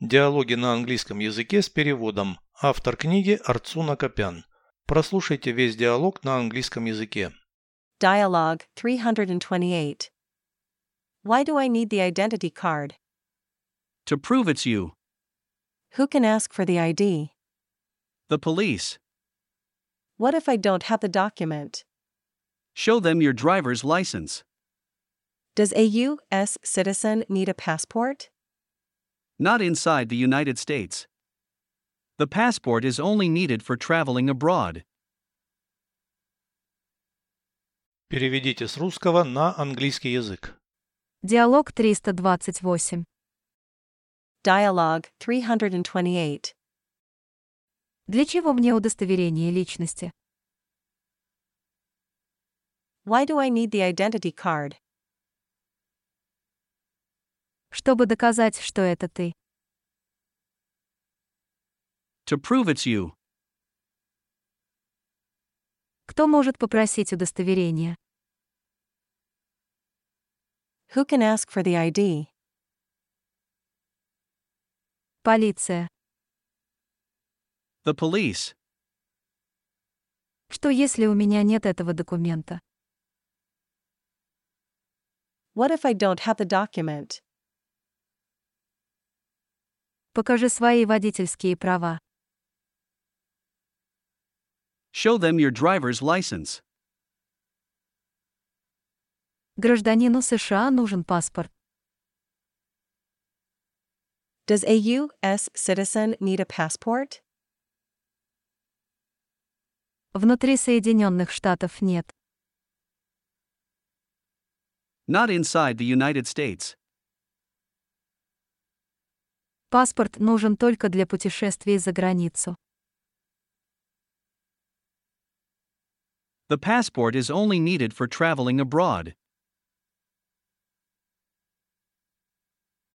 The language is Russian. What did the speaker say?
Диалоги на английском языке с переводом. Автор книги Арцуна Копян. Прослушайте весь диалог на английском языке. Dialogue 328. Why do I need the identity card? To prove it's you. Who can ask for the ID? The police. What if I don't have the document? Show them your driver's license. Does a U.S. citizen need a passport? Not inside the United States. The passport is only needed for traveling abroad. Переведите с русского на английский язык. Диалог 328. Dialogue 328. Для чего мне удостоверение личности? Why do I need the identity card? Чтобы доказать, что это ты. To prove it's you. Кто может попросить удостоверение? Who can ask for the ID? Полиция. The police. Что если у меня нет этого документа? What if I don't have the document? Покажи свои водительские права. Show them your driver's license. Гражданину США нужен паспорт. Does a U.S. citizen need a passport? Внутри Соединенных Штатов нет. Not inside the United States. Паспорт нужен только для путешествий за границу. The passport is only needed for traveling abroad.